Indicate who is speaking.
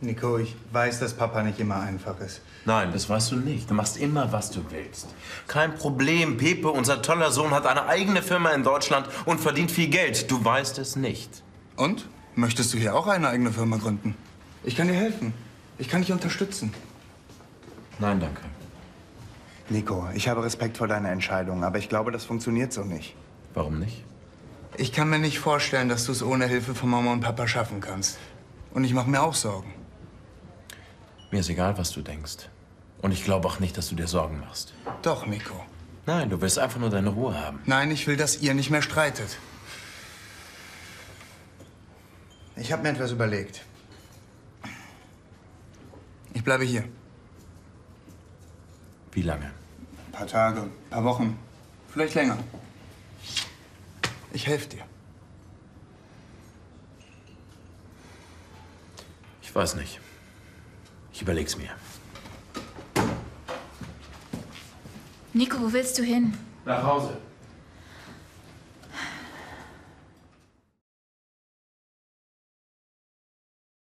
Speaker 1: Nico, ich weiß, dass Papa nicht immer einfach ist.
Speaker 2: Nein, das weißt du nicht. Du machst immer, was du willst. Kein Problem. Pepe, unser toller Sohn, hat eine eigene Firma in Deutschland und verdient viel Geld. Du weißt es nicht.
Speaker 1: Und? Möchtest du hier auch eine eigene Firma gründen? Ich kann dir helfen. Ich kann dich unterstützen.
Speaker 2: Nein, danke.
Speaker 1: Nico, ich habe Respekt vor deiner Entscheidung, aber ich glaube, das funktioniert so nicht.
Speaker 2: Warum nicht?
Speaker 1: Ich kann mir nicht vorstellen, dass du es ohne Hilfe von Mama und Papa schaffen kannst. Und ich mache mir auch Sorgen.
Speaker 2: Mir ist egal, was du denkst. Und ich glaube auch nicht, dass du dir Sorgen machst.
Speaker 1: Doch, Nico.
Speaker 2: Nein, du willst einfach nur deine Ruhe haben.
Speaker 1: Nein, ich will, dass ihr nicht mehr streitet. Ich habe mir etwas überlegt. Ich bleibe hier.
Speaker 2: Wie lange?
Speaker 1: Ein paar Tage, ein paar Wochen, vielleicht länger. Ich helfe dir.
Speaker 2: Ich weiß nicht. Ich überleg's mir.
Speaker 3: Nico, wo willst du hin?
Speaker 2: Nach Hause.